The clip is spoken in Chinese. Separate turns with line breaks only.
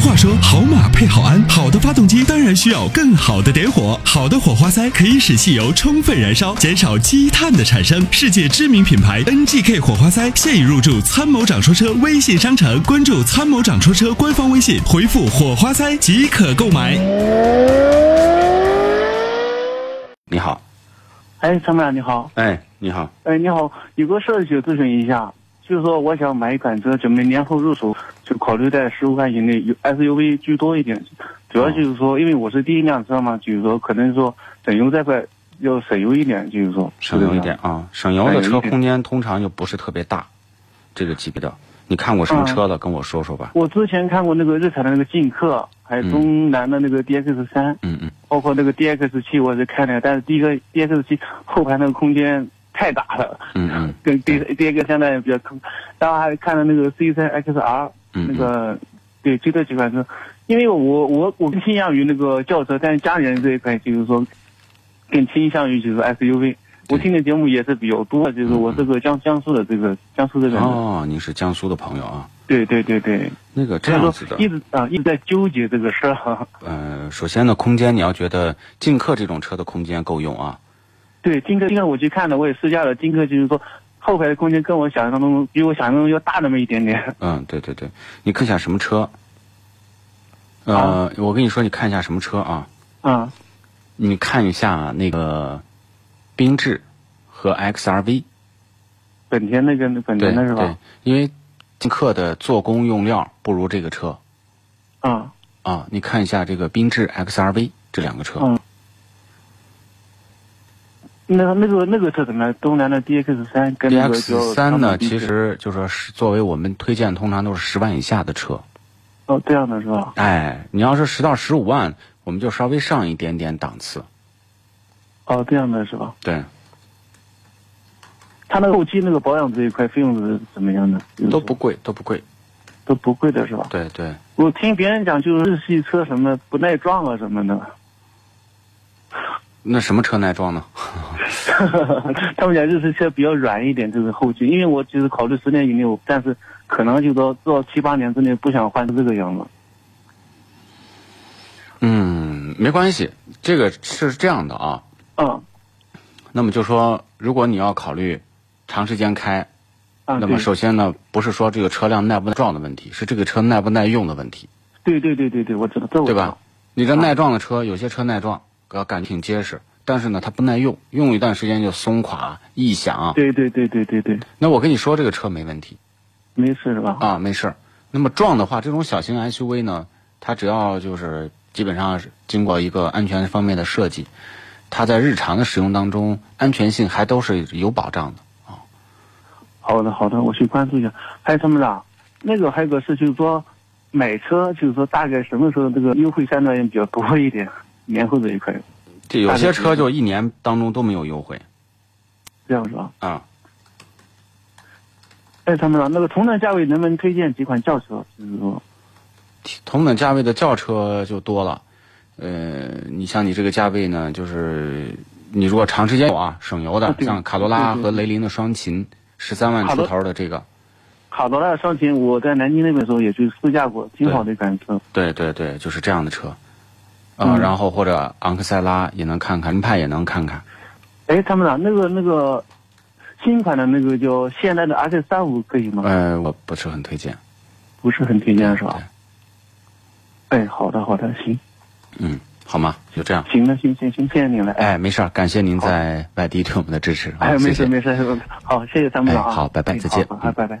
话说，好马配好鞍，好的发动机当然需要更好的点火。好的火花塞可以使汽油充分燃烧，减少积碳的产生。世界知名品牌 NGK 火花塞现已入驻参谋长说车微信商城，关注参谋长说车官方微信，回复火花塞即可购买。
你好，
哎，参谋长你好，
哎，你好，
哎你好，有个事儿想咨询一下，就是说我想买一款车，准备年后入手，就考虑在十五万以内，有 SUV 居多一点。主要就是说，因为我是第一辆车嘛，就是说可能说省油这块要省油一点，就是说
省油一点。啊。省油
哎
的车空间通常就不是特别大，这个级别的。你看过什
啊
么车了？跟我说说吧。
我之前看过那个日产的那个劲客，还有东南的那个 DX 三、
嗯嗯，
包括那个 DX 七，我是看了，但是第一个 DX 七后排那个空间太大了，
嗯嗯，
跟 D DX 三的也比较坑。然后还看了那个 C 三 XR，
嗯
那个对，就这几款车，因为我我我更倾向于那个轿车，但是家人这一块就是说更倾向于就是 SUV。我听的节目也是比较多，就是我这个江江苏的这个江苏这边
嗯
的，
哦，你是江苏的朋友啊？
对对对对。
那个这
所以
样
说
子的，
一直啊一直在纠结这个事儿。
呃，首先呢，空间你要觉得劲客这种车的空间够用啊。
对，金科金科我去看了，我也试驾了，金科就是说后排的空间跟我想象当中比我想象中要大那么一点点。
嗯，对对对，你看一下什么车？呃，我跟你说，你看一下什么车啊？
啊
你看一下那个缤智和 XRV，
本田那个本
对
田的是
对
吧？，
因为劲客的做工用料不如这个车
啊
啊。你看一下这个缤智 XRV 这两个车，
嗯那个那个那个车怎么样？东南的 DX 三跟那个
DX
叫
三呢，
长城
其实就说是作为我们推荐，通常都是十万以下的车。
哦这样的是吧？
哎，你要是十到十五万，我们就稍微上一点点档次。
哦这样的是吧？
对，
它那个后期那个保养这一块费用是怎么样的？就是
都不贵，都不贵。
都不贵的是吧？
对对，
我听别人讲就是日系车什么不耐撞啊什么的，
那什么车耐撞呢？
他们讲日式车比较软一点，就是后期，因为我就是考虑十年以内，我但是可能就到到七八年之内不想换成这个样子。
嗯，没关系，这个是这样的啊。
嗯，
那么就说，如果你要考虑长时间开，
啊，
那
对
么首先呢，不是说这个车辆耐不耐撞的问题，是这个车耐不耐用的问题，
对对对对对，我知道，这我
对
知道
吧？？你这耐撞的车，有些车耐撞，呃感觉挺结实，但是呢，它不耐用，用一段时间就松垮、异响。
对对对对对对，
那我跟你说，这个车没问题。
没事是吧？
啊，没事儿。那么撞的话，这种小型 SUV 呢，它只要就是基本上是经过一个安全方面的设计，它在日常的使用当中，安全性还都是有保障的。
好的好的，我去关注一下。还有参谋长，那个还有个事就是说，买车就是说大概什么时候这个优惠三段也比较多一点，年后这一块，
这有些车就一年当中都没有优惠
这样是吧？
啊。
哎，参谋长，那个同等价位能不能推荐几款轿车？就是说，
同等价位的轿车就多了，呃，你像你这个价位呢，就是你如果长时间有啊，省油的
啊，对
像卡罗拉
对对
和雷凌的双擎，十三万
卡
出
罗
头的这个，
卡罗拉的双擎，我在南京那边的时候也去试驾过，挺好的一款车。
对对对，就是这样的车，啊、
嗯
然后或者昂克赛拉也能看看，凌派也能看看，
哎，参谋长，那个那个新款的那个叫现代的 RX 三五可以吗？
呃，我不是很推荐。
不是很推荐是吧
对？
哎，好的好的，行
嗯，好吗？就这样。
行那行行行，谢谢你了，哎
哎，没事儿，感谢您在外地对我们的支持啊，
哎，没
谢谢
事没事，好，谢谢参谋长啊，
哎好拜拜
哎
再见
好好拜拜。